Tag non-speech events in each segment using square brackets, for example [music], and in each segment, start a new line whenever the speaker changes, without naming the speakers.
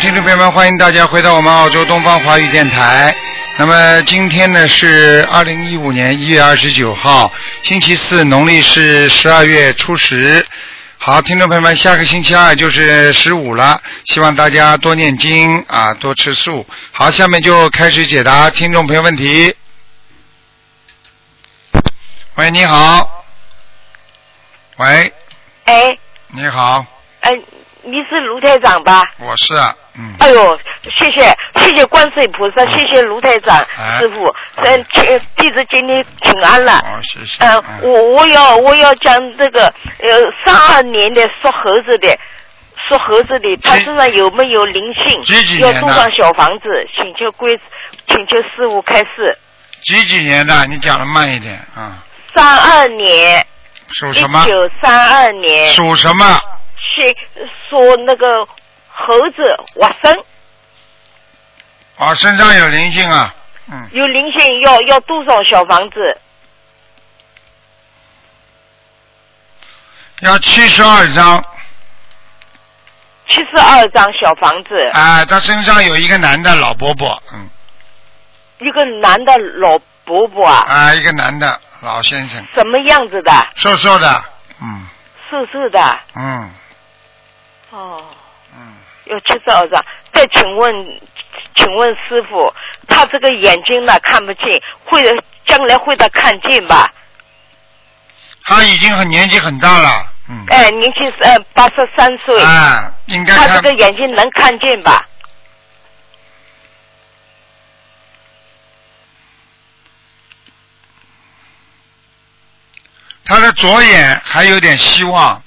听众朋友们，欢迎大家回到我们澳洲东方华语电台。那么今天呢是二零一五年一月二十九号，星期四，农历是十二月初十。好，听众朋友们，下个星期二就是十五了，希望大家多念经啊，多吃素。好，下面就开始解答听众朋友问题。喂，你好。喂，
哎，
你好，
哎，你是卢台长吧？
我是啊，嗯，
哎呦，谢谢谢谢观世音菩萨，谢谢卢台长
哎
师傅，嗯，请弟子今天请安了。
哦，谢谢。
呃，
嗯
我我要我要讲这个呃三二年的属猴子的，属猴子的，他
几
身上有没有灵性？
几几
要
年
多
的
少小房子？请求归，请求师傅开示。
几几年的？你讲的慢一点啊。
三二年，
属
一
什么？
九三二年，
属什么？
去说那个猴子往生。
哦，身上有灵性啊。嗯，
有灵性要要多少小房子？
要七十二张。
七十二张小房子，
啊，他身上有一个男的老伯伯，嗯，
一个男的老伯伯啊，
啊，一个男的老先生，
什么样子的？
瘦瘦的，嗯
瘦瘦的。
嗯
哦，
嗯，
有七十二张。再请问，请问师傅，他这个眼睛呢看不见，会将来会的看见吧？
他已经很年纪很大了，嗯，
哎，年纪是呃八十三岁，
啊，应该
他这
看
个眼睛能看见吧？
他的左眼还有点希望，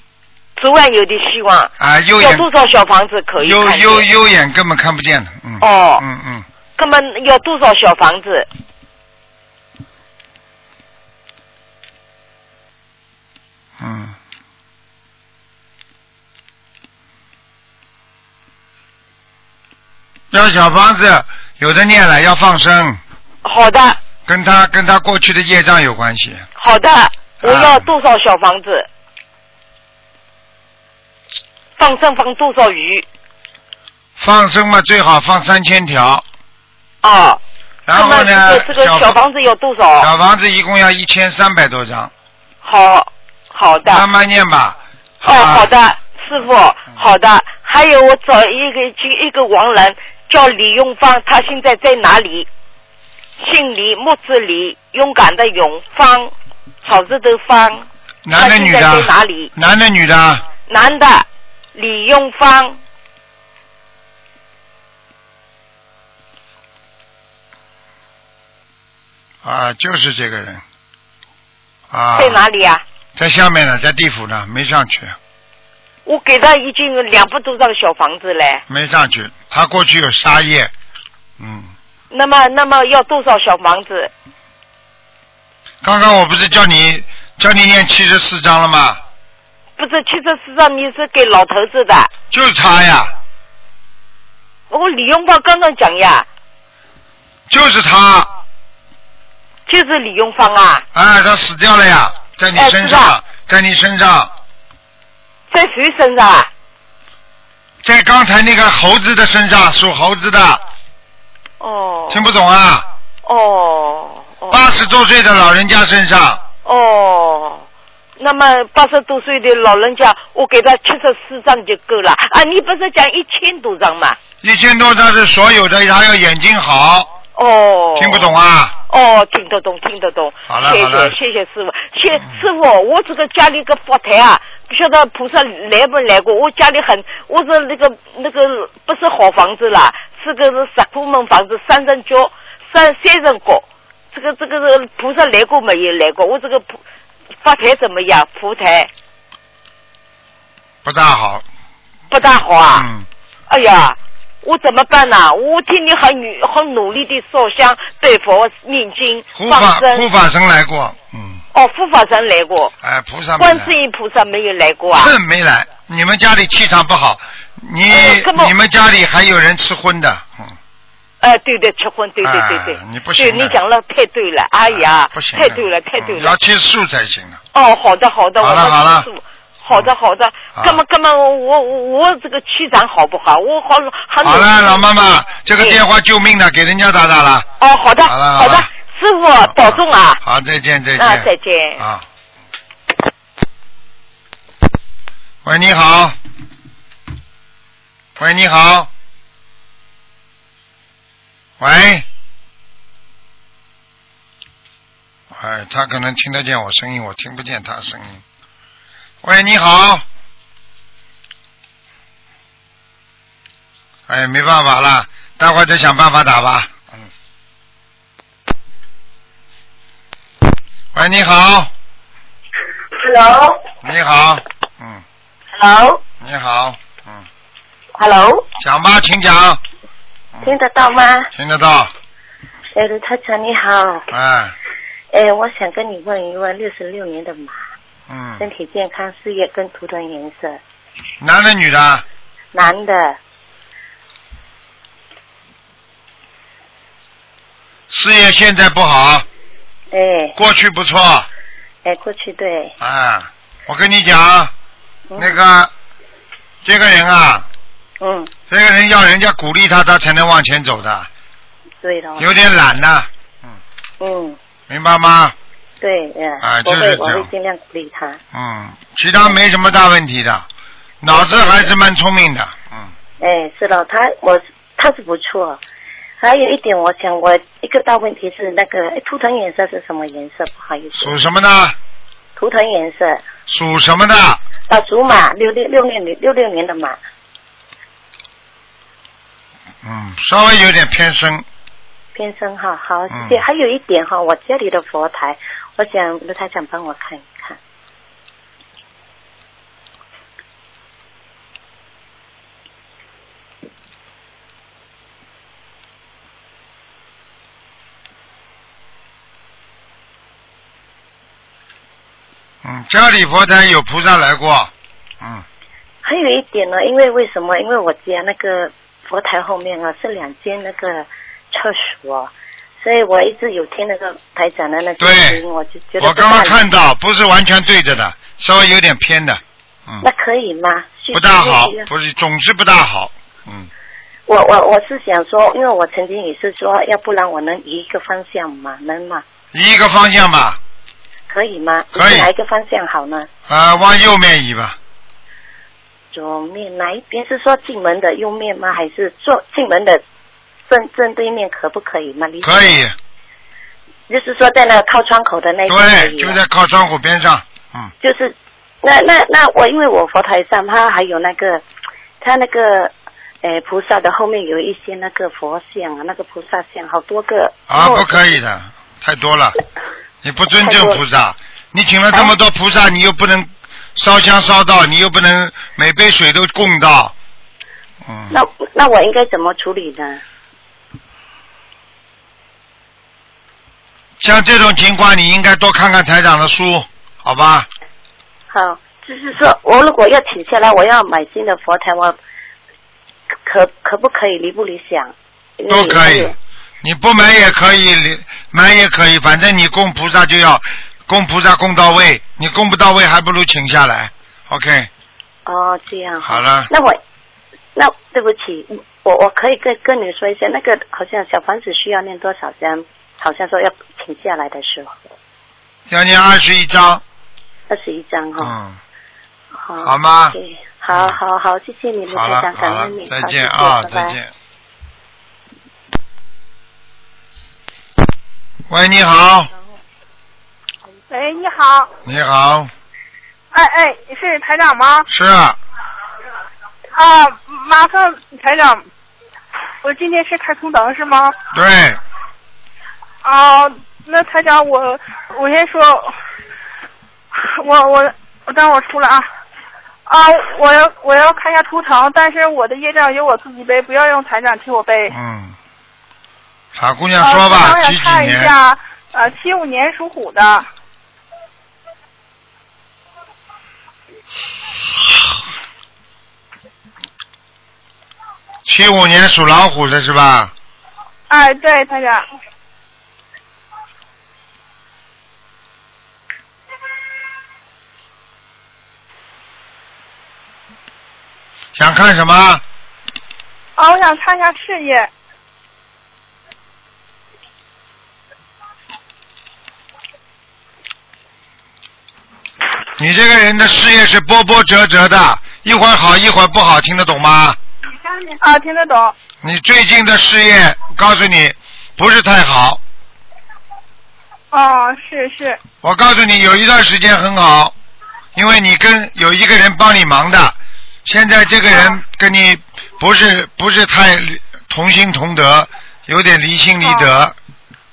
昨晚有点希望。
啊，右
要
眼
多少小房子可以
右
看见？
右右眼根本看不见了，嗯，
哦
嗯嗯，
那么要多少小房子？
嗯，要小房子，有的念了，要放生，
好的，
跟他跟他过去的业障有关系。
好的，
啊
我要多少小房子？放生放多少鱼？
放生嘛，最好放三千条。
啊，
然后
那
呢
么，这个这个小
小
房子要多少？
小房子一共要一千三百多张，
好，好的，
慢慢念吧。啊
哦，
吧
好的，师傅，
嗯
好的。还有我找一个去一个亡人叫李永芳，他现在在哪里？姓李，木字李，勇敢的勇，芳，草字头芳。
男的
他
女
现在在
的？
哪里？
男的女的？
男的，李永芳，
啊，就是这个人。啊。
在哪里啊？
在下面呢，在地府呢，没上去，
我给他已经有两百多张小房子嘞，
没上去。他过去有杀业，嗯。
那么那么要多少小房子？
刚刚我不是叫你叫你念七十四章了吗？
不是七十四张，你是给老头子的。
就是他呀，
我李永芳刚刚讲呀，
就是他。
就是李永芳啊，
啊，他死掉了呀，在你
哎
身
是
上
吧，
在你身上，
在谁身上啊？
在刚才那个猴子的身上，属猴子的，
哦
听不懂啊？
哦哦
八十多岁的老人家身上，
哦，那么八十多岁的老人家，我给他七十四张就够了啊！你不是讲一千多张吗？
一千多张是所有的，他要眼睛好，
哦，
听不懂啊？
哦，听得懂，听得懂。
好了
谢
好了
谢谢谢师傅，谢师傅，我这个家里个佛台啊，不晓得菩萨来没来过。我家里很，我是那个那个不是好房子啦，是个是石库门房子，三层角，三三层高。这个这个是菩萨来过没有来过？我这个菩佛台怎么样？佛台
不大好，
不大好啊。
嗯，
哎呀，我怎么办呢、我天天很努很努力的烧香、拜佛、念经、
护
放
法护
生。
法神来过，嗯，
哦，护法神来过。
哎，菩萨没
观世
来，
音菩萨没有来过啊？
哼没来，你们家里气场不好，你
哎根本
你们家里还有人吃荤的，嗯，
哎，对对，结婚，对对对对，
哎你不行的
对你讲了太对了，哎呀，
啊不行的，
太对了，太对
嗯
了
要。吃素才行了。啊
哦，好的好的，
好了
我们
好了
吃素好的，好的。
啊
那么，那么我我我这个气场好不好？我好很
好了，老妈
嗯
妈，这个
对
电话救命的，给人家打打了。
哦，好的，
好了好
的
了，
师傅保重啊！
好，再见，再见。
啊，再见。
啊。喂，你好。喂，你好。喂。哎，他可能听得见我声音，我听不见他声音。喂，你好。哎，没办法了，待会儿再想办法打吧。嗯。喂，你好。
Hello，Hello，Hello，
你好，嗯，你好，嗯，讲吧，请讲，嗯
听得到吗？
听得到，
哎，卢太长你好，
哎，
哎，我想跟你问一问，六十六年的马，身
嗯，
体健康，事业跟图腾颜色，
男的女的，
男的，
事业现在不好，
哎，
过去不错，
哎，过去对，
哎，我跟你讲，
嗯
那个这个人啊，
嗯，
这个人要人家鼓励他，他才能往前走的，
对了，
有点懒呐、
嗯，
明白吗？
对，嗯，
啊
我
就是
会
这
我
样
会尽量鼓励他，
嗯，其他没什么大问题的，脑子还是蛮聪明的，嗯，
哎，是的，他我他是不错。还有一点，我想我一个大问题是那个哎图腾颜色是什么颜色？不好意思，
属什么呢？
图腾颜色
属什么的？
啊，属马，六六六六年六六年的马，
嗯，稍微有点偏生，
偏生哈，好，谢
嗯
谢。还有一点哈，我家里的佛台，我想卢台长帮我看一看。
嗯，家里佛台有菩萨来过，嗯，
还有一点呢，因为为什么？因为我家那个佛台后面啊是两间那个厕所，所以我一直有听那个台长的那个
对
声音，我就觉得
我
不
刚刚
大
看到，不是完全对着的，稍微有点偏的，嗯
那，可以吗？
不大好
是，
不是，总是不大好，嗯，
我我我是想说，因为我曾经也是说，要不然我能移一个方向嘛，能吗？
移一个方向吧，
可以吗？
可以
哪一个方向好呢？
啊，往右面移吧，
左面哪一边是说进门的右面吗？还是坐进门的正正对面可不可以吗？离
可，以，
就是说在那个靠窗口的那一边可
对，
以吗
就在靠窗户边上，嗯，
就是那那那我因为我佛台上它还有那个它那个呃菩萨的后面有一些那个佛像啊，那个菩萨像好多个
啊，
哦
不可以的，太多了，你不尊
太
重
多
菩萨，你请了这么多菩
哎
萨，你又不能烧香烧到，你又不能每杯水都供到，嗯，
那那我应该怎么处理呢？
像这种情况，你应该多看看台长的书，好吧？
好，就是说我如果要请下来，我要买新的佛台，我可可不可以离不理想？因为
都可以
有
你不买也可以，你买也可以，反正你供菩萨就要供菩萨供到位，你供不到位还不如请下来。OK，
哦，这样。
好了
那我，那对不起，我我可以跟跟你说一下，那个好像小房子需要念多少张？好像说要请下来的时候，
要念二十一章，
二十一张哈、
嗯，
好
好吗嗯
OK，好好好，谢谢你，卢
好
台
了
长，
好
感
了
恩你，，
再
好
见
谢谢
啊，
拜拜
再见。喂，你好，
喂，你好，
你好，
哎哎，是台长吗？
是啊，
啊，麻烦台长，我今天是开通灯是吗？
对，
啊，那台长我我先说，我我我等会儿出来啊啊，我要我要看一下图腾，但是我的业障由我自己背，不要用台长替我背。
嗯，傻姑娘
哦
啊，
说吧
台，长
几
想
几
看一
年？
下，呃，七五年属虎的，
七五年属老虎的是吧？
哎，对，台长，
想看什么？
啊，我想看一下事业。
你这个人的事业是波波折折的，一会儿好一会儿不好，听得懂吗？
啊，听得懂。
你最近的事业，告诉你不是太好。
哦，是是。
我告诉你，有一段时间很好，因为你跟有一个人帮你忙的，现在这个人跟你不是不是太同心同德，有点离心离德，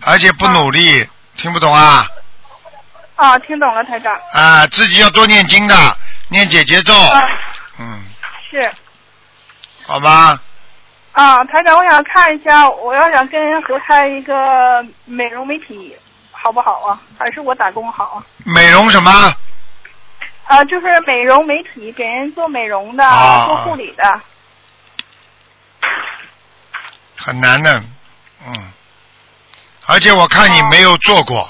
而且不努力，听不懂啊？
啊，听懂了，台长。
啊，自己要多念经的，念姐姐咒，
啊，
嗯，
是。
好吧？
啊，台长，我想看一下，我要想跟人合开一个美容美体，好不好啊？还是我打工好啊？
美容什么？
啊，就是美容美体，给人做美容的，
啊
做护理的。
很难的，嗯，而且我看你没有做过，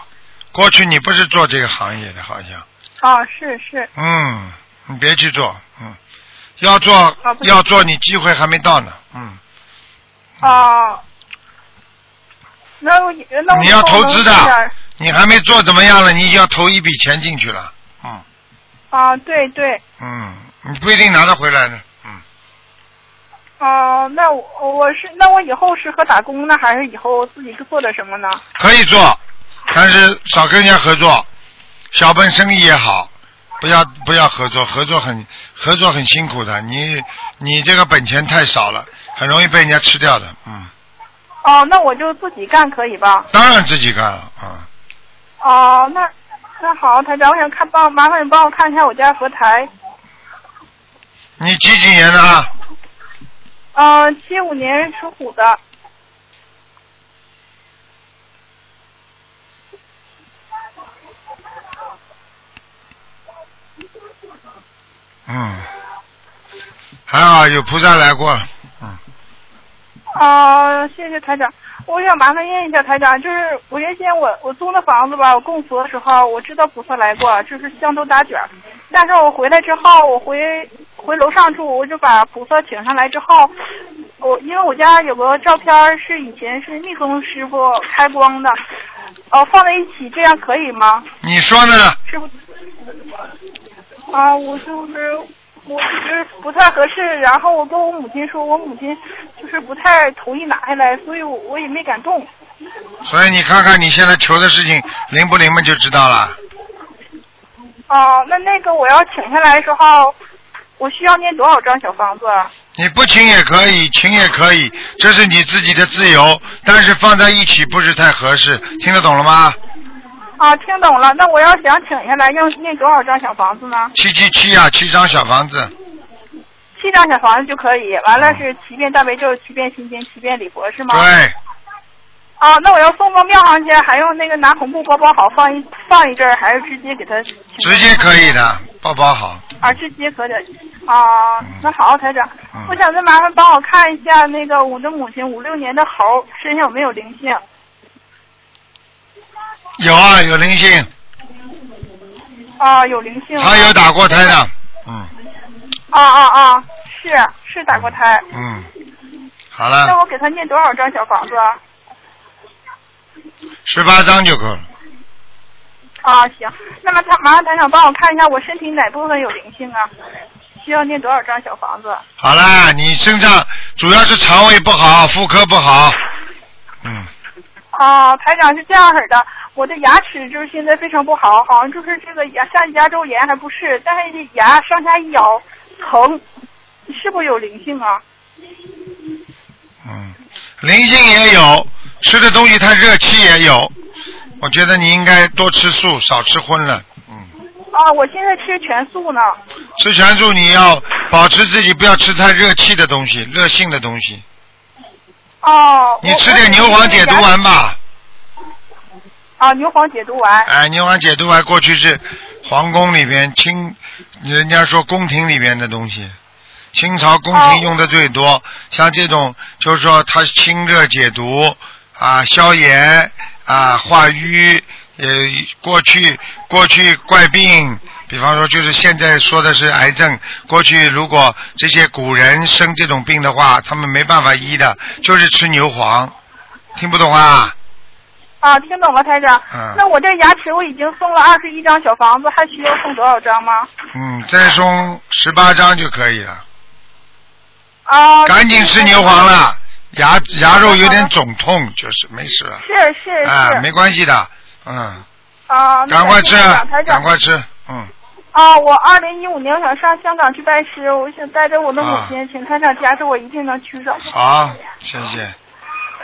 过去你不是做这个行业的，好像，
啊，是是，
嗯，你别去做，嗯，要做
啊不行
要做，你机会还没到呢，嗯，
啊。那我那我
你要
以后
投资
能
的
做点儿
你还没做怎么样了？你已经要投一笔钱进去了，嗯
啊，对对，
嗯，你不一定拿得回来呢，嗯，
啊，那我我是那我以后适合打工呢，还是以后自己做点什么呢？
可以做，但是少跟人家合作，小本生意也好，不要不要合作，合作很合作很辛苦的，你你这个本钱太少了，很容易被人家吃掉的，嗯，
哦、那我就自己干可以吧？
当然自己干了，嗯，
哦、那那好，台长，我想看帮麻烦你帮我看一下我家佛台，
你几几年的啊？
嗯、七五年属虎的，
嗯，还好有菩萨来过了，嗯，
啊，谢谢台长。我想麻烦问一下台长，就是我原先我我租那房子吧，我供佛的时候，我知道菩萨来过，就是香烛打卷儿。但是我回来之后，我回回楼上住，我就把菩萨请上来之后，我因为我家有个照片儿是以前是密宗师傅开光的，哦、放在一起，这样可以吗？
你说呢？
师傅，啊，我就是我就是不太合适，然后我跟我母亲说，我母亲就是不太同意拿下来，所以我我也没敢动。
所以你看看你现在求的事情灵不灵嘛，就知道了。
啊，那那个我要请下来的时候，我需要念多少张小房子？啊？
你不请也可以，请也可以，这是你自己的自由，但是放在一起不是太合适，听得懂了吗？
啊，听懂了。那我要想请下来，要念多少张小房子呢？
七七七啊，七张小房子，
七张小房子就可以。完了是七遍大悲咒，七遍心经，七遍礼佛，是吗？。
对，
啊，那我要送到庙上去，还用那个拿红布包包好放一放一阵儿，还是直接给他？
直接可以的，抱抱好。
啊，这些可得啊
嗯，
那好，台长，
嗯
我想再麻烦帮我看一下那个我的母亲五六年的猴身上有没有灵性？
有啊，有灵性，
啊，有灵性。
他有打过胎的，嗯
啊啊啊，是是打过胎。
嗯，好
那
了，
我给他念多少张小房子啊？
十八张就够了。
啊，行。那么他麻烦台长帮我看一下我身体哪部分有灵性啊？需要念多少张小房子？
好啦，你身上主要是肠胃不好，妇科不好，嗯，
啊，台长是这样式儿的，我的牙齿就是现在非常不好，好像就是这个牙下牙周炎还不是，但是这牙上下一咬疼，是不是有灵性啊？
嗯，灵性也有，吃的东西太热气也有。我觉得你应该多吃素，少吃荤了。嗯，
啊，我现在吃全素呢。
吃全素你要保持自己不要吃太热气的东西，热性的东西。
哦、我
你吃点牛黄解毒。
我
丸吧。
啊，牛黄解毒 [laughs] 丸。
哎，牛黄解毒丸过去是皇宫里边清，人家说宫廷里边的东西，清朝宫廷用的最多。像这种就是说它清热解毒啊，消炎啊，化瘀。呃，过去过去怪病比方说，就是现在说的是癌症，过去如果这些古人生这种病的话，他们没办法医的，就是吃牛黄，听不懂啊？
啊，听懂了，台长。
嗯
那我这牙齿我已经送了二十一张小房子，还需要送多少张吗？
嗯，再送十八张就可以了。
啊，
赶紧吃牛黄。了，牙牙肉有点肿痛，就是没事了。
是是是。
啊，没关系的，嗯，
啊，那
赶快吃
谢谢台长，台，长
赶快吃，嗯，
啊，我二零一五年想上香港去拜师，我想带着我的母亲，请台长加持，我一定能去上。
好，谢谢，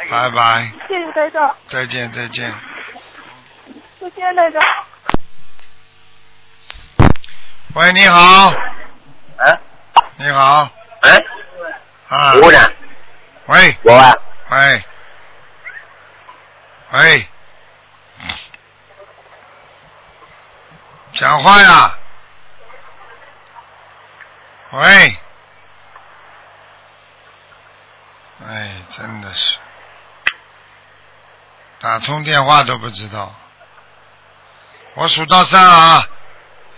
拜拜，
谢谢台长，
再见再见。
再见台长。
喂，你好，
啊，
你好，
哎，
啊，
姑娘，
喂
我啊，
喂喂，讲话呀，喂，哎，真的是，打通电话都不知道。我数到三啊，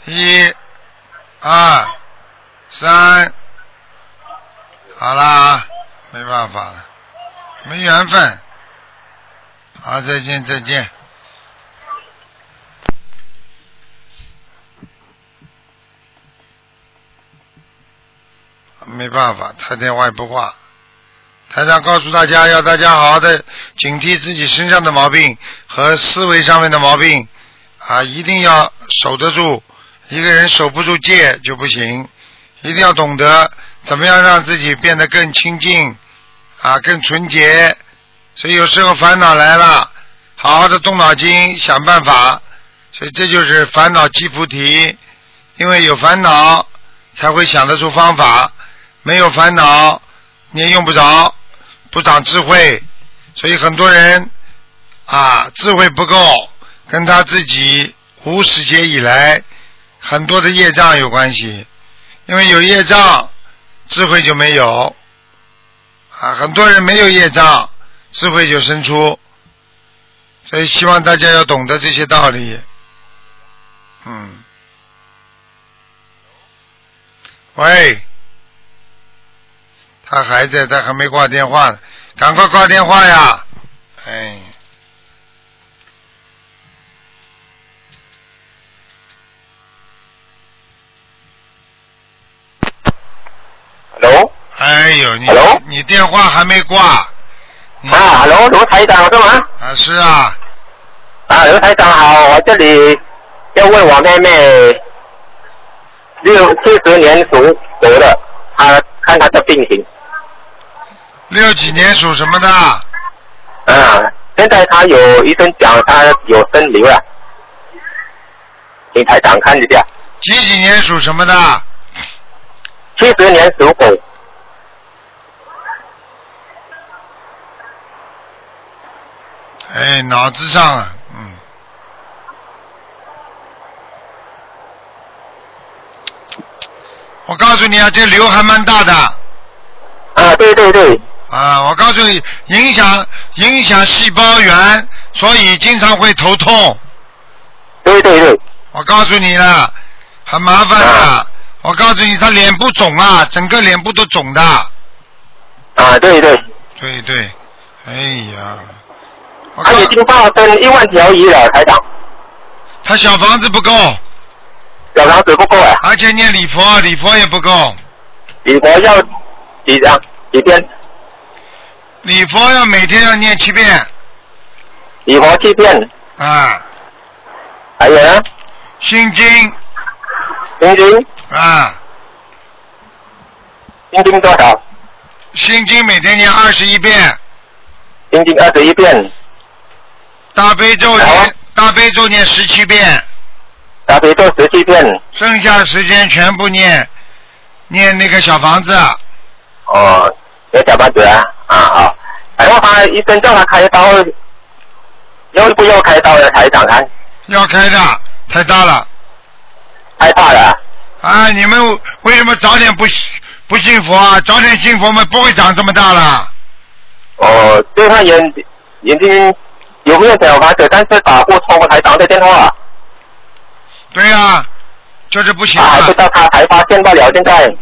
一、二、三，好啦啊，没办法了，没缘分。好，再见，再见。没办法，他电话也不挂。台长告诉大家，要大家好好的警惕自己身上的毛病和思维上面的毛病。啊，一定要守得住。一个人守不住戒就不行，一定要懂得怎么样让自己变得更清净，啊，更纯洁。所以有时候烦恼来了，好好的动脑筋想办法。所以这就是烦恼即菩提，因为有烦恼才会想得出方法，没有烦恼你也用不着，不长智慧。所以很多人啊，智慧不够，跟他自己无始劫以来很多的业障有关系，因为有业障，智慧就没有。啊，很多人没有业障，智慧就生出，所以希望大家要懂得这些道理。嗯。喂，他还在，他还没挂电话呢，赶快挂电话呀！哎。
hello，
哎呦，你
Hello？
你电话还没挂？你
啊，hello，卢台长是吗？
啊是啊，
啊，卢台长好，我这里要问我妹妹六七十年属蛇的，她看她的病情。
六几年属什么的？
啊，现在她有医生讲她有生瘤了，请台长看一下。
几几年属什么的？
七十年属狗，
哎，脑子上啊，嗯，我告诉你啊，这瘤还蛮大的
啊，对对对，
啊！我告诉你，影响影响细胞源，所以经常会头痛。
对对对，
我告诉你了，很麻烦的
啊。
我告诉你，他脸部肿啊，整个脸部都肿的。
啊，对对，
对对，哎呀，我
她
告
已经放生一万条鱼了，台长，
他小房子不够，
小房子不够啊。
而且念礼佛，礼佛也不够，
你国要几张？几天？
礼佛要每天要念七遍
你国七天？
啊，
还有呢？
心经
星星，
啊，
星星多少？
心经每天念二十一遍，
星星二十一遍，
大悲咒
好
念大悲咒念十七遍，
大悲咒十七遍。
剩下时间全部念念那个小房子，
哦，要小房子啊，啊好。然后他医生叫他开刀，要不要开刀的台长看？
要开的太大了
害怕了啊，
啊！你们为什么早点不不信佛啊？早点信佛嘛，不会长这么大了。
哦，对他眼眼睛有没有小房子？但是打不通台长的电话。
对呀、就是不行
啊，还
啊
不，知道他才发现不了，现在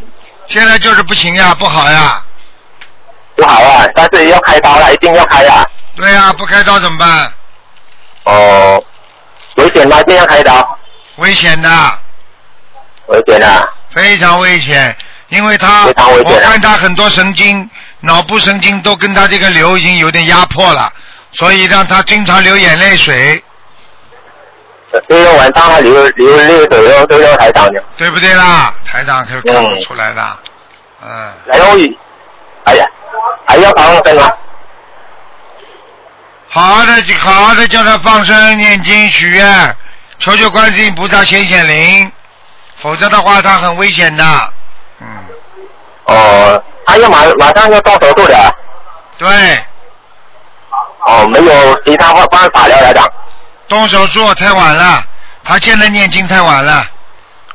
现在就是不行呀、不好呀、
不好啊，但是要开刀了，一定要开啊。
对呀、不开刀怎么办？
哦，危险吗？这样开刀？
危险的，
危险啊！
非常危险，因为他
非常危险啊
我看他很多神经、脑部神经都跟他这个瘤已经有点压迫了，所以让他经常流眼泪水，
因为晚上流流泪水又都要开刀呢，
对不对啦？台长可看不
嗯
出来的，嗯，
然后，哎呀，还要放生啊？
好好的，好好的叫他放生、念经、许愿，求求观世音菩萨显显灵，否则的话他很危险的，嗯，
哦，他要马马上要动手术的啊。
对。
哦，没有其他办办法了，台长。
动手术太晚了，他现在念经太晚了，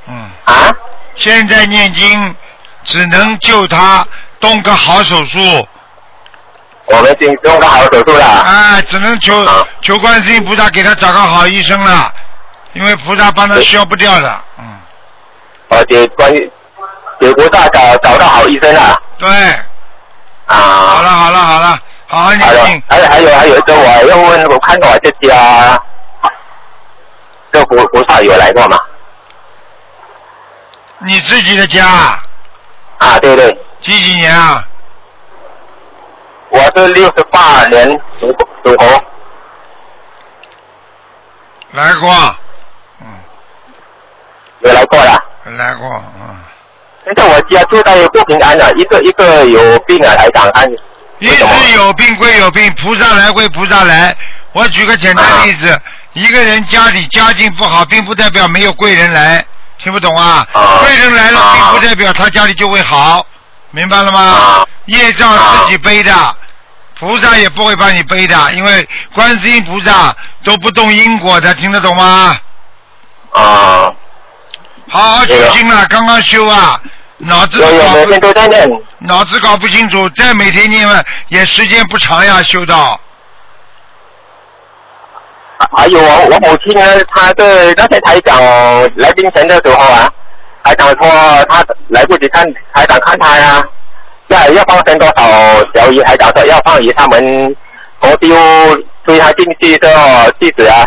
嗯，
啊？
现在念经只能救他动个好手术，
我们已经动个好手术了。
哎，只能求
啊
求观世音菩萨给他找个好医生了，因为菩萨帮他消不掉的，嗯，
而且哦关于给菩萨找找到好医生了。
对，
啊。
好了。好了好了，好好念
还有
经，
还有还有还有一个我要问，我看我这家，这菩菩萨有来过吗？
你自己的家
啊，对对，
几几年啊？
我是六十八年属属猴，
来过，嗯
有来过了。
来过，嗯，
现在我家住在不平安了，一个一个有病啊，来长看。
一直有病归有病，菩萨来归菩萨来。我举个简单例子，一个人家里家境不好，并不代表没有贵人来，听不懂啊？
啊
贵人来了，
啊
并不代表他家里就会好，明白了吗
啊？
业障自己背的，菩萨也不会帮你背的，因为观世音菩萨都不动因果的，听得懂吗？
啊，
好好修心了，刚刚修啊，脑子
有有
搞
每
不
天都在念。
脑子搞不清楚，再每天念了也时间不长呀，修到。
啊还有我我母亲呢，她的那天台长来冰城的时候啊，台长说她来不及看台长看她呀、要要放生多少条鱼，台长说要放鱼，他们同丢推她进去的地址啊，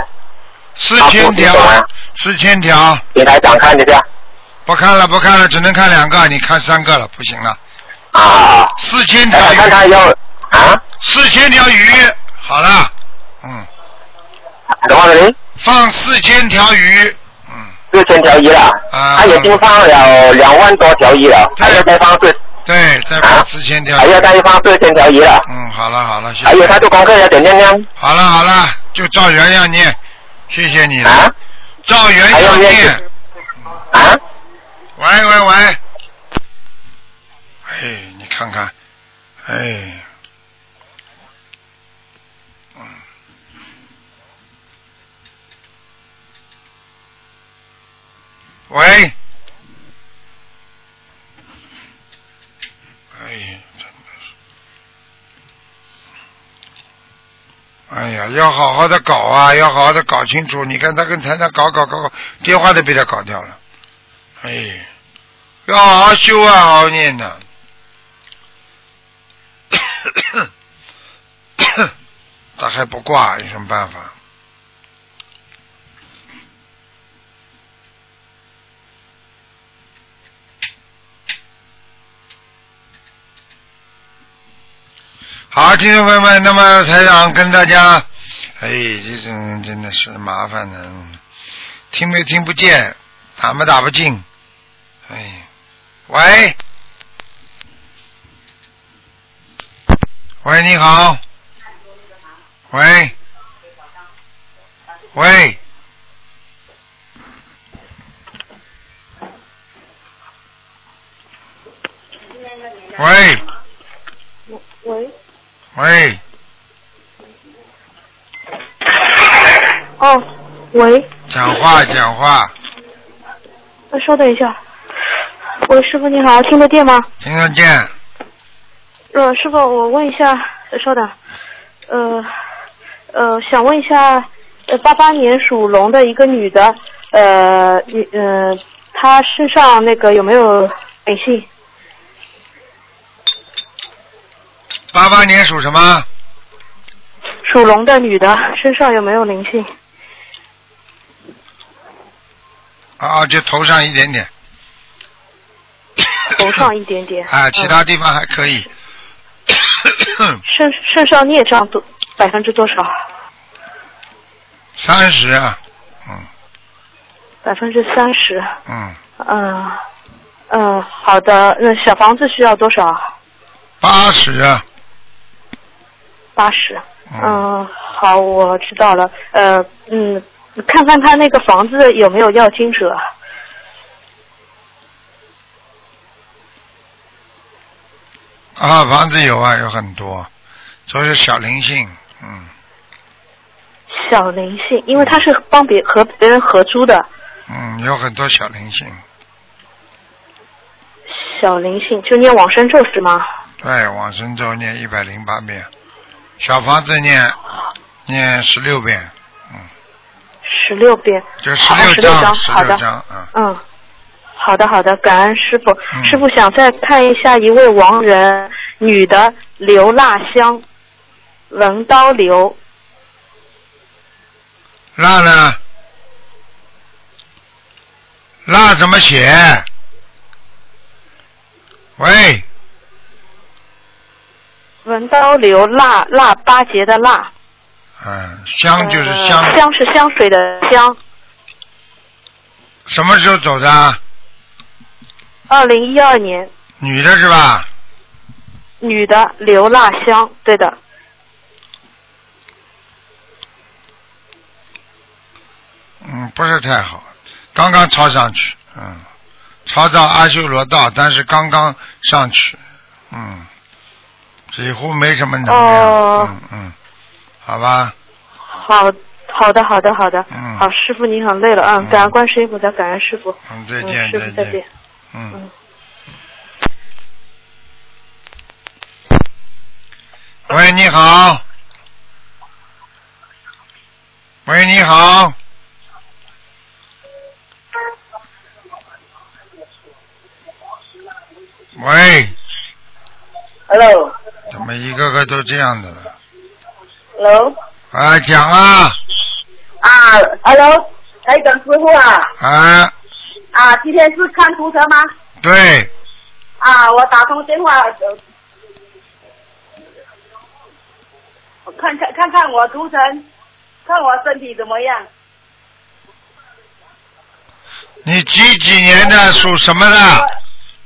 四
啊
千
不不懂
条
啊，
四千条，
给台长看一下
不看了，不看了，只能看两个，你看三个了，不行了。
啊，
四千
台长看
条
她
鱼，
要啊，
四千条鱼，好了，嗯，
怎么了？
放四千条鱼，嗯，
四千条鱼了，
啊
他已经放了两万多条鱼了，还要再放四，
对，再
啊
放四千条
还
鱼
要，再放四千条鱼了，
嗯，好了好了，谢
还有哎他
谢。
做功课要怎样呢？
好了好了，就照原样念，谢谢你
啊哎
了，照原
还要
样
念
念。
啊？
喂喂喂，哎，你看看，哎，嗯，喂，哎，真的是，哎呀，要好好的搞啊，要好好的搞清楚。你看他跟台上搞搞搞搞，电话都被他搞掉了。哎，要好好修啊，好好念呐、 [coughs] 他还不挂，有什么办法？好，听众朋友们，那么台长跟大家，哎，这种真的是麻烦呢、嗯听没听不见，打没打不进？哎，喂，喂，你好，喂，喂，喂，
喂，
喂，
哦，喂，
讲话，讲话，
呃稍等一下，喂，师傅你好，听得见吗？
听得见？
呃，师傅，我问一下，呃稍等，呃，呃，想问一下，呃，八八年属龙的一个女的，呃，你呃，他身上那个有没有灵性？
八八年属什么？啊
属龙的女的身上有没有灵性？
啊，就头上一点点，
头上一点点。
啊，其他地方还可
[coughs]
以。 [coughs]
身身上孽障多百分之多少？
三十啊，嗯
百分之三十。
嗯，
嗯嗯，好的。那小房子需要多少？
八十啊，
八十。
嗯，
嗯，好，我知道了。呃，嗯，看看他那个房子有没有要经者。
啊，房子有啊，有很多，都是小灵性，嗯
小灵性，因为他是帮别和别人合租的
嗯，有很多小灵性，
小灵性，就念往生咒是吗？
对，往生咒念一百零八遍，小房子念念十六遍，
十六遍，
就十
好
六
16张
十
好
六
的
张，嗯，
嗯，好的好的，感恩师傅。
嗯
师傅想再看一下一位亡人，女的刘蜡香，文刀刘，
蜡呢？蜡怎么写？喂，
文刀刘蜡蜡巴结的蜡，
嗯，香就是
呃
香，
香是香水的香。
什么时候走的啊？
二零一二年，
女的是吧？
女的刘蜡香，对的，
嗯，不是太好，刚刚抄上去，嗯，抄到阿修罗道，但是刚刚上去，嗯，几乎没什么能量，
哦
嗯嗯，好吧，
好好的好的好的，
嗯
好师傅您很累了，嗯，
嗯
感恩观世音菩萨，感恩师傅，
嗯，再
嗯，
见、
师傅再见。
嗯
嗯。
喂，你好。喂，你好。喂，
Hello，Hello，
怎么一个个都这样的了？啊，讲啊，
啊，Hello，台长师傅啊，
啊，
啊，今天是看图腾吗？
对，
啊，我打通电话，呃我看看看看我图腾，看我身体怎么样？
你几几年的，属什么的？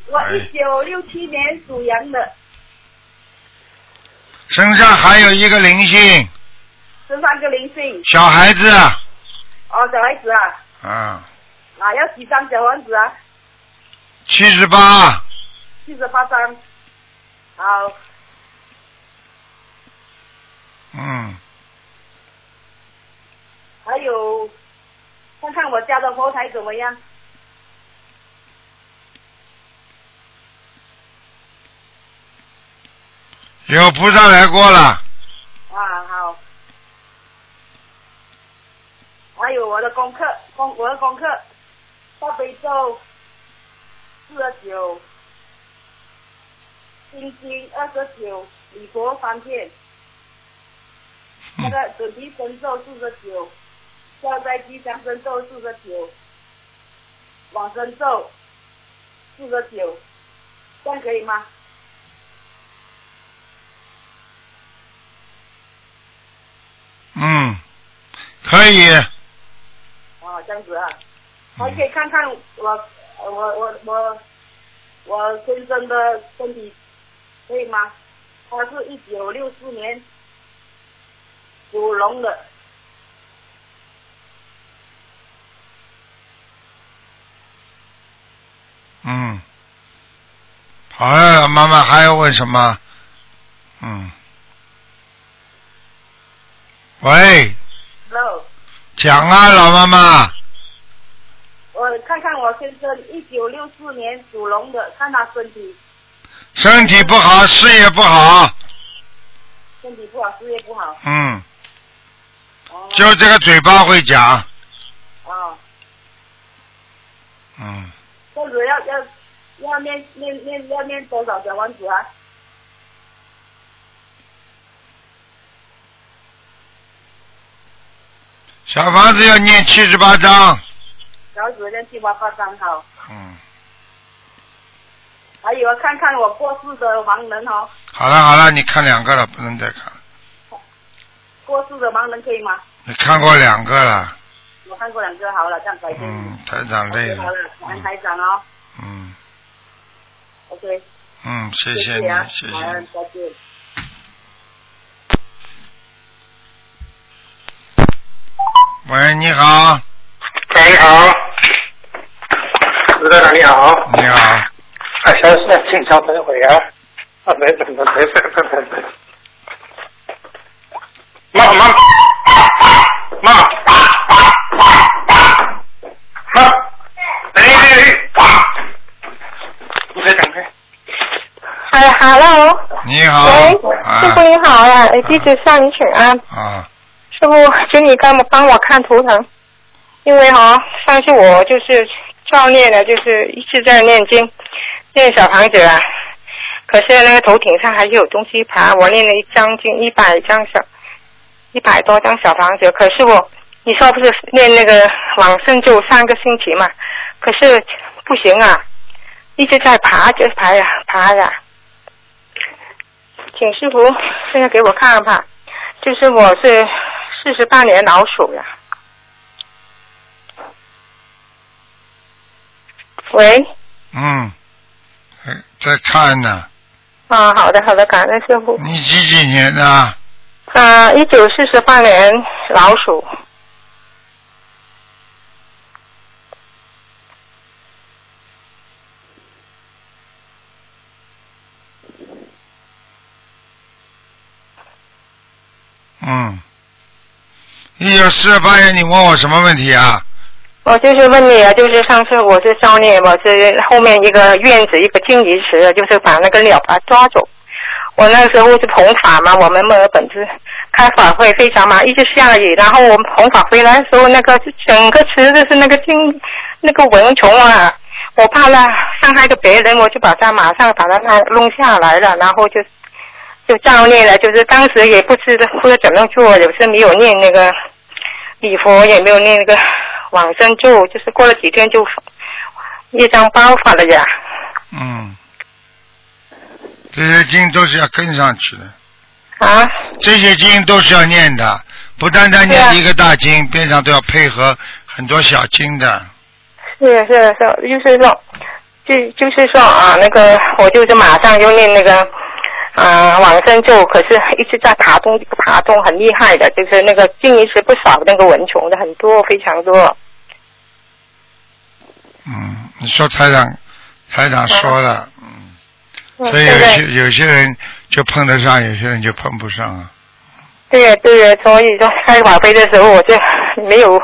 我
哎
一九六七年属羊的，
身上还有一个灵性，
十三个灵性。
小孩子，
哦，小孩子啊，
啊，
啊，要几张小房子啊？
七十八。
七十八张。好，
嗯，
还有，看看我家的佛台怎么样？
有菩萨来过了，
啊，好。还有我的功课，功我的功课，大悲咒四十九，心经二十九，礼佛三遍，那个准提神咒四十九，消灾吉祥神咒四十九，往生咒四十九，这样可以吗？
嗯，可以，
哦，这样子啊，
嗯
还可以看看我我我我我先生的身体可以吗？他是一九六四年属龙的，
嗯，好了，妈妈还要问什么？嗯，喂，
肉。
讲啊，老妈妈，
我看看我先生一九六四年属龙的，看他身体
身体不好，事业不好，
身体不好，事业不好。
嗯，
哦
就这个嘴巴会讲，
哦，
嗯，嗯，
这主要要要念念念要念多少小王子啊？
小房子要念七十八章。
小子念七八八张好。
嗯，
还有看看我过世的亡人哦，
好了好了，你看两个了，不能再看了。
过世的亡人可以吗？
你看过两个了，
我看过两个好了，这样改天。
嗯，台长累
OK，
了
好，了，感恩
嗯
台长哦。
嗯
OK，
嗯，谢
谢
你
啊，，
谢
感
谢
恩
你。
再见。
喂，你好，
喂，你好，卢站长你好，
你好，
啊哎，小事，请稍等会儿啊，啊，没等等，没等等等等，妈妈，妈妈，妈，哎哎哎，你再等开，
哎，Hello，
你
喂，
好，
师傅
啊
你好呀，哎，弟子向你请安。
啊，
师傅，请你帮帮我看图腾，因为哈、上次我就是造孽了，就是一直在念经，念小房子啊，可是那个头顶上还是有东西爬，我念了一张经，一百张小，一百多张小房子，可是我你说不是念那个往生咒上个星期嘛，可是不行啊，一直在爬，就爬呀爬呀，请师傅现在给我看看吧。就是我是四十八年老鼠呀。喂，
嗯，哎在看呢，
啊，好的好的，感恩师傅。
你几几年的？
啊，一九四十八年老鼠，
嗯，一九四八年，你问我什么问题啊？
我就是问你啊，就是上次我是造孽，我是后面一个院子一个金鱼池，就是把那个鸟把它抓走。我那时候是捧法嘛，我们墨尔本是开法会非常忙，一直下雨，然后我们捧法回来的时候，那个整个池子是那个金那个蚊虫啊，我怕了伤害到别人，我就把它马上把它弄弄下来了，然后就就造孽了，就是当时也不知道不知道怎么做，有时没有念那个礼佛，也没有念那个往生咒，就是过了几天就一张爆发了呀。
嗯，这些经都是要跟上去的，
啊，
这些经都是要念的，不单单
对啊
念一个大经，边上都要配合很多小经的。
是是是，就是说，就就是说啊，那个我就是马上就念那个。啊，往生咒，可是一直在爬动，爬动很厉害的，就是那个金鱼池不少，那个蚊虫的很多，非常多。
嗯，你说台长，台长说了，嗯，
嗯
所以
对
有
不对
些有些人就碰得上，有些人就碰不上啊。
对呀，对呀，所以说开法会的时候，我就没有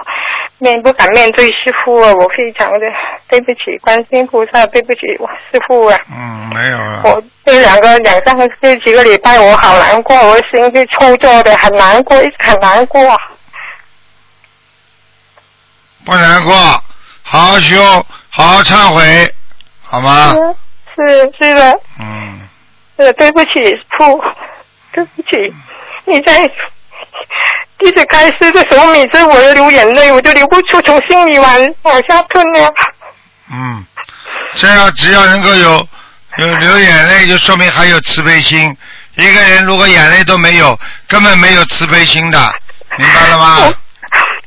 面不敢面对师傅啊，我非常的对不起观世音菩萨，对不起我师傅啊。
嗯，没有了。
我这两个两三个这几个礼拜，我好难过，我的心就抽作的，很难过，一直很难过。
不难过，好好修，好好忏悔，好吗？
嗯是是的，
嗯，
是的对不起师傅，对不起，你在弟子开始的时候，每次我都流眼泪，我都流不出，从心里往往下吞了。
嗯，这样只要能够有有流眼泪，就说明还有慈悲心。一个人如果眼泪都没有，根本没有慈悲心的，明白了
哦
吗？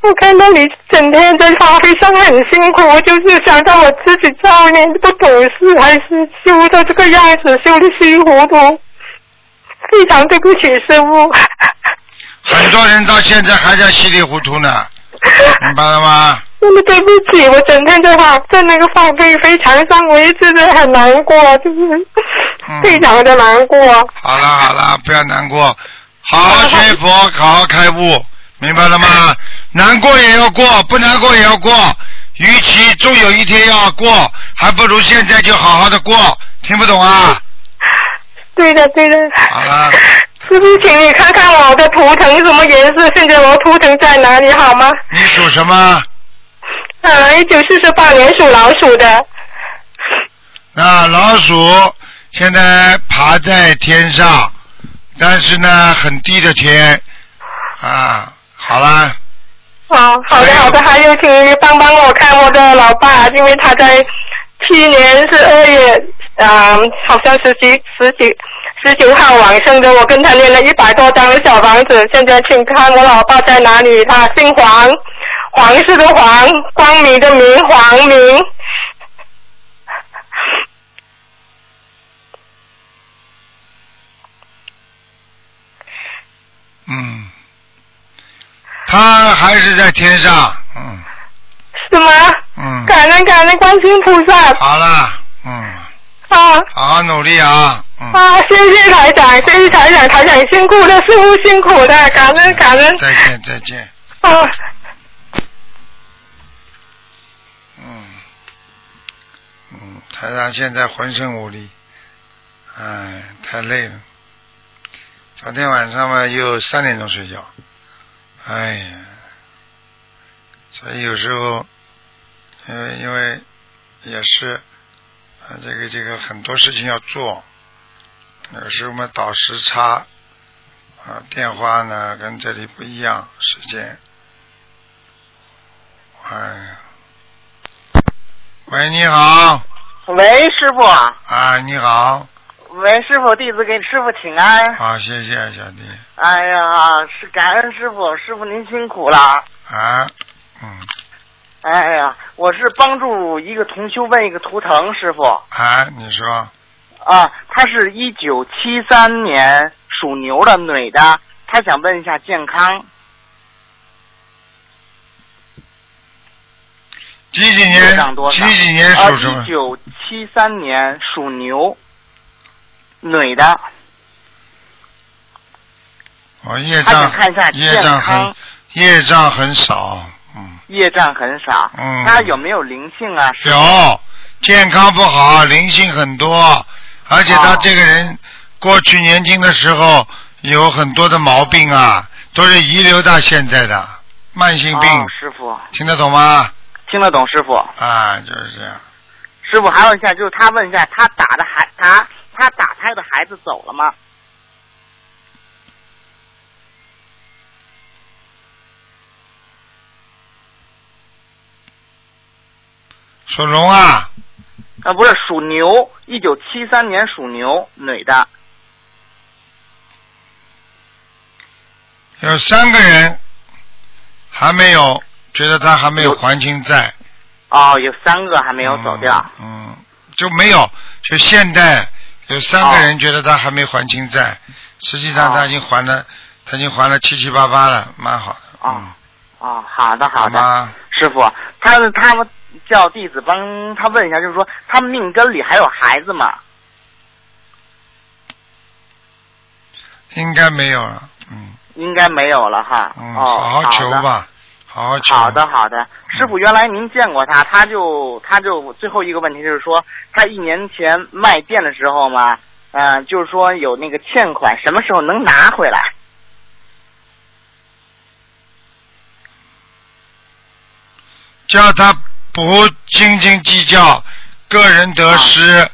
我看到你整天在发挥上很辛苦，我就是想到我自己造孽不懂事，还是修到这个样子，修的稀里糊涂，非常对不起师傅。
很多人到现在还在稀里糊涂呢，明白了吗？
真的对不起，我整天在发在那个发挥非常上，我一直都很难过，就是
嗯
非常的难过。
好了好了，不要难过，好好学佛，好好开悟，明白了吗？难过也要过，不难过也要过，与其终有一天要过，还不如现在就好好的过，听不懂啊？
对的，对的。
好了
师傅，请你看看我的图腾什么颜色？现在我图腾在哪里好吗？
你属什么？
嗯，一九四十八年属老鼠的。
那老鼠现在爬在天上，但是呢，很低的天啊。好啦，
哦，好的好的，还有请你帮帮我看我的老爸，因为他在去年是二月，啊、好像十几十几十九号晚上的，我跟他念了一百多张的小房子，现在请看我老爸在哪里？他姓黄，黄色的黄，光明的明，黄明。
嗯，它还是在天上，嗯
是吗？
嗯，
感恩感恩观世音菩萨
好啦，嗯，
啊
好好努力啊，嗯，
啊！谢谢台长，谢谢台长，台长辛苦了，师傅辛苦的，哎感恩感恩
再见再见，
啊！
嗯嗯，台长现在浑身无力，哎，太累了。昨天晚上嘛，又三点钟睡觉，哎呀，所以有时候，因为因为也是，啊，这个这个很多事情要做，有时候嘛倒时差，啊，电话呢跟这里不一样时间，哎呀，喂，你好，
喂，师傅，
啊，你好，
喂，师傅，弟子给师傅请安。
好，谢谢小弟，
哎呀，是感恩师傅，师傅您辛苦了。
啊，嗯，
哎呀，我是帮助一个同修问一个图腾师傅
啊，你说，
啊，她是一九七三年属牛的女的，她想问一下健康，
几几
业
年
障多？
几
少？
几年
啊，
属什么
一？九七三年属牛，女的，
哦，业
她
障
想啊看一下，
业
健
障
康
很，业障很少，嗯
业障很少，
嗯。
她有没有灵性啊？师傅
有，健康不好，灵性很多，而且他
哦
这个人过去年轻的时候有很多的毛病啊，都是遗留到现在的慢性病，
哦师傅
听得懂吗？
听得懂师傅。
啊，就是这样。
师傅还问一下，就是他问一下，他打的孩他他打胎的孩子走了吗？
属龙啊，
啊，不是，属牛，一九七三年属牛，女的。
有三个人还没有，觉得他还没有
有
还清债。
哦，有三个还没有走掉。
嗯。嗯，就没有，就现在有三个人觉得他还没还清债，实际上他已经还了，他已经还了七七八八了，蛮好的。
哦
嗯，
哦，好的好的，
吗？
师傅，他他们叫弟子帮他问一下，就是说他命根里还有孩子吗？
应该没有了。嗯
应该没有了哈。
嗯，
哦，
好好求
的。
吧，好好求。
好的，好的，师傅，原来您见过他，他就他就最后一个问题就是说，他一年前卖店的时候嘛，嗯、就是说有那个欠款，什么时候能拿回来？
叫他不斤斤计较个人得失，
啊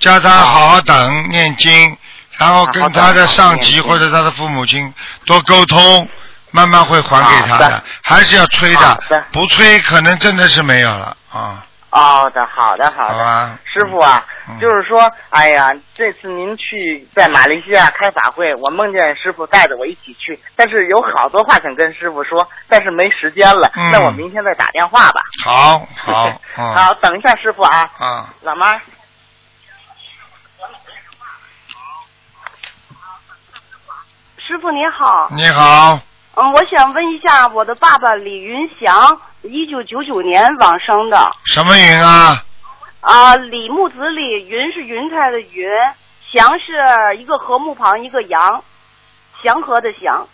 叫他好好等念经，然后跟他的上级
好好等好好念经
或者他的父母亲多沟通，慢慢会还给他
好
的
啊的。
还是要催
好
的
的，
不催可能真的是没有了啊，
哦的，好的，好
好
的。
吧。
师傅啊
嗯，
就是说，哎呀，这次您去在马来西亚开法会，我梦见师傅带着我一起去，但是有好多话想跟师傅说，但是没时间了。
嗯
那我明天再打电话吧。
好
[laughs]
好嗯
好，等一下师傅啊，
啊，
老妈。
师傅您好，
你好，
嗯，我想问一下，我的爸爸李云祥，一九九九年往生的，
什么云啊？
啊，李木子李，云是云彩的云，祥是一个禾木旁一个羊，祥和的祥。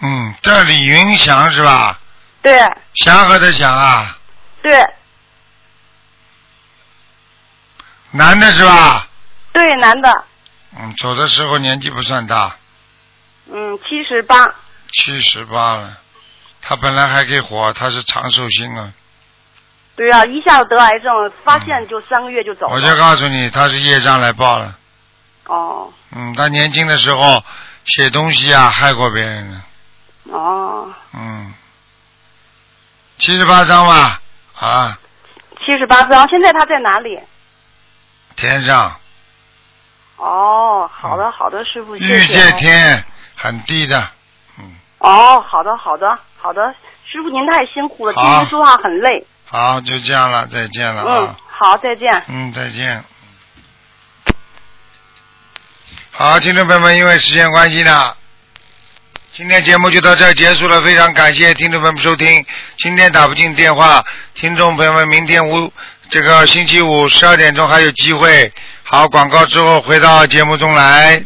嗯，这李云祥是吧？
对
祥和的祥啊，
对，
男的是吧？
对，男的，
嗯，走的时候年纪不算大，
嗯，七十八，
七十八了。他本来还可以活，他是长寿星啊。
对啊，一下子得癌症，发现就三个月就走了。
我就告诉你，他是业障来报了。
哦
嗯，他年轻的时候写东西啊，害过别人了。
哦，
嗯，七十八张吧，啊，
七十八张，现在他在哪里？
天上
哦，好的好的，师傅，谢
嗯玉
谢
界
哦。
天很低的，嗯
哦，好的好的好的，师傅您太辛苦了，今
好啊
天说话很累。
好，就这样了，再见了
嗯
啊，，
好，再见。
嗯再见。好，听众朋友们，因为时间关系呢，今天节目就到这儿结束了，非常感谢听众朋友们收听。今天打不进电话，听众朋友们，明天五这个星期五十二点钟还有机会。好，广告之后回到节目中来。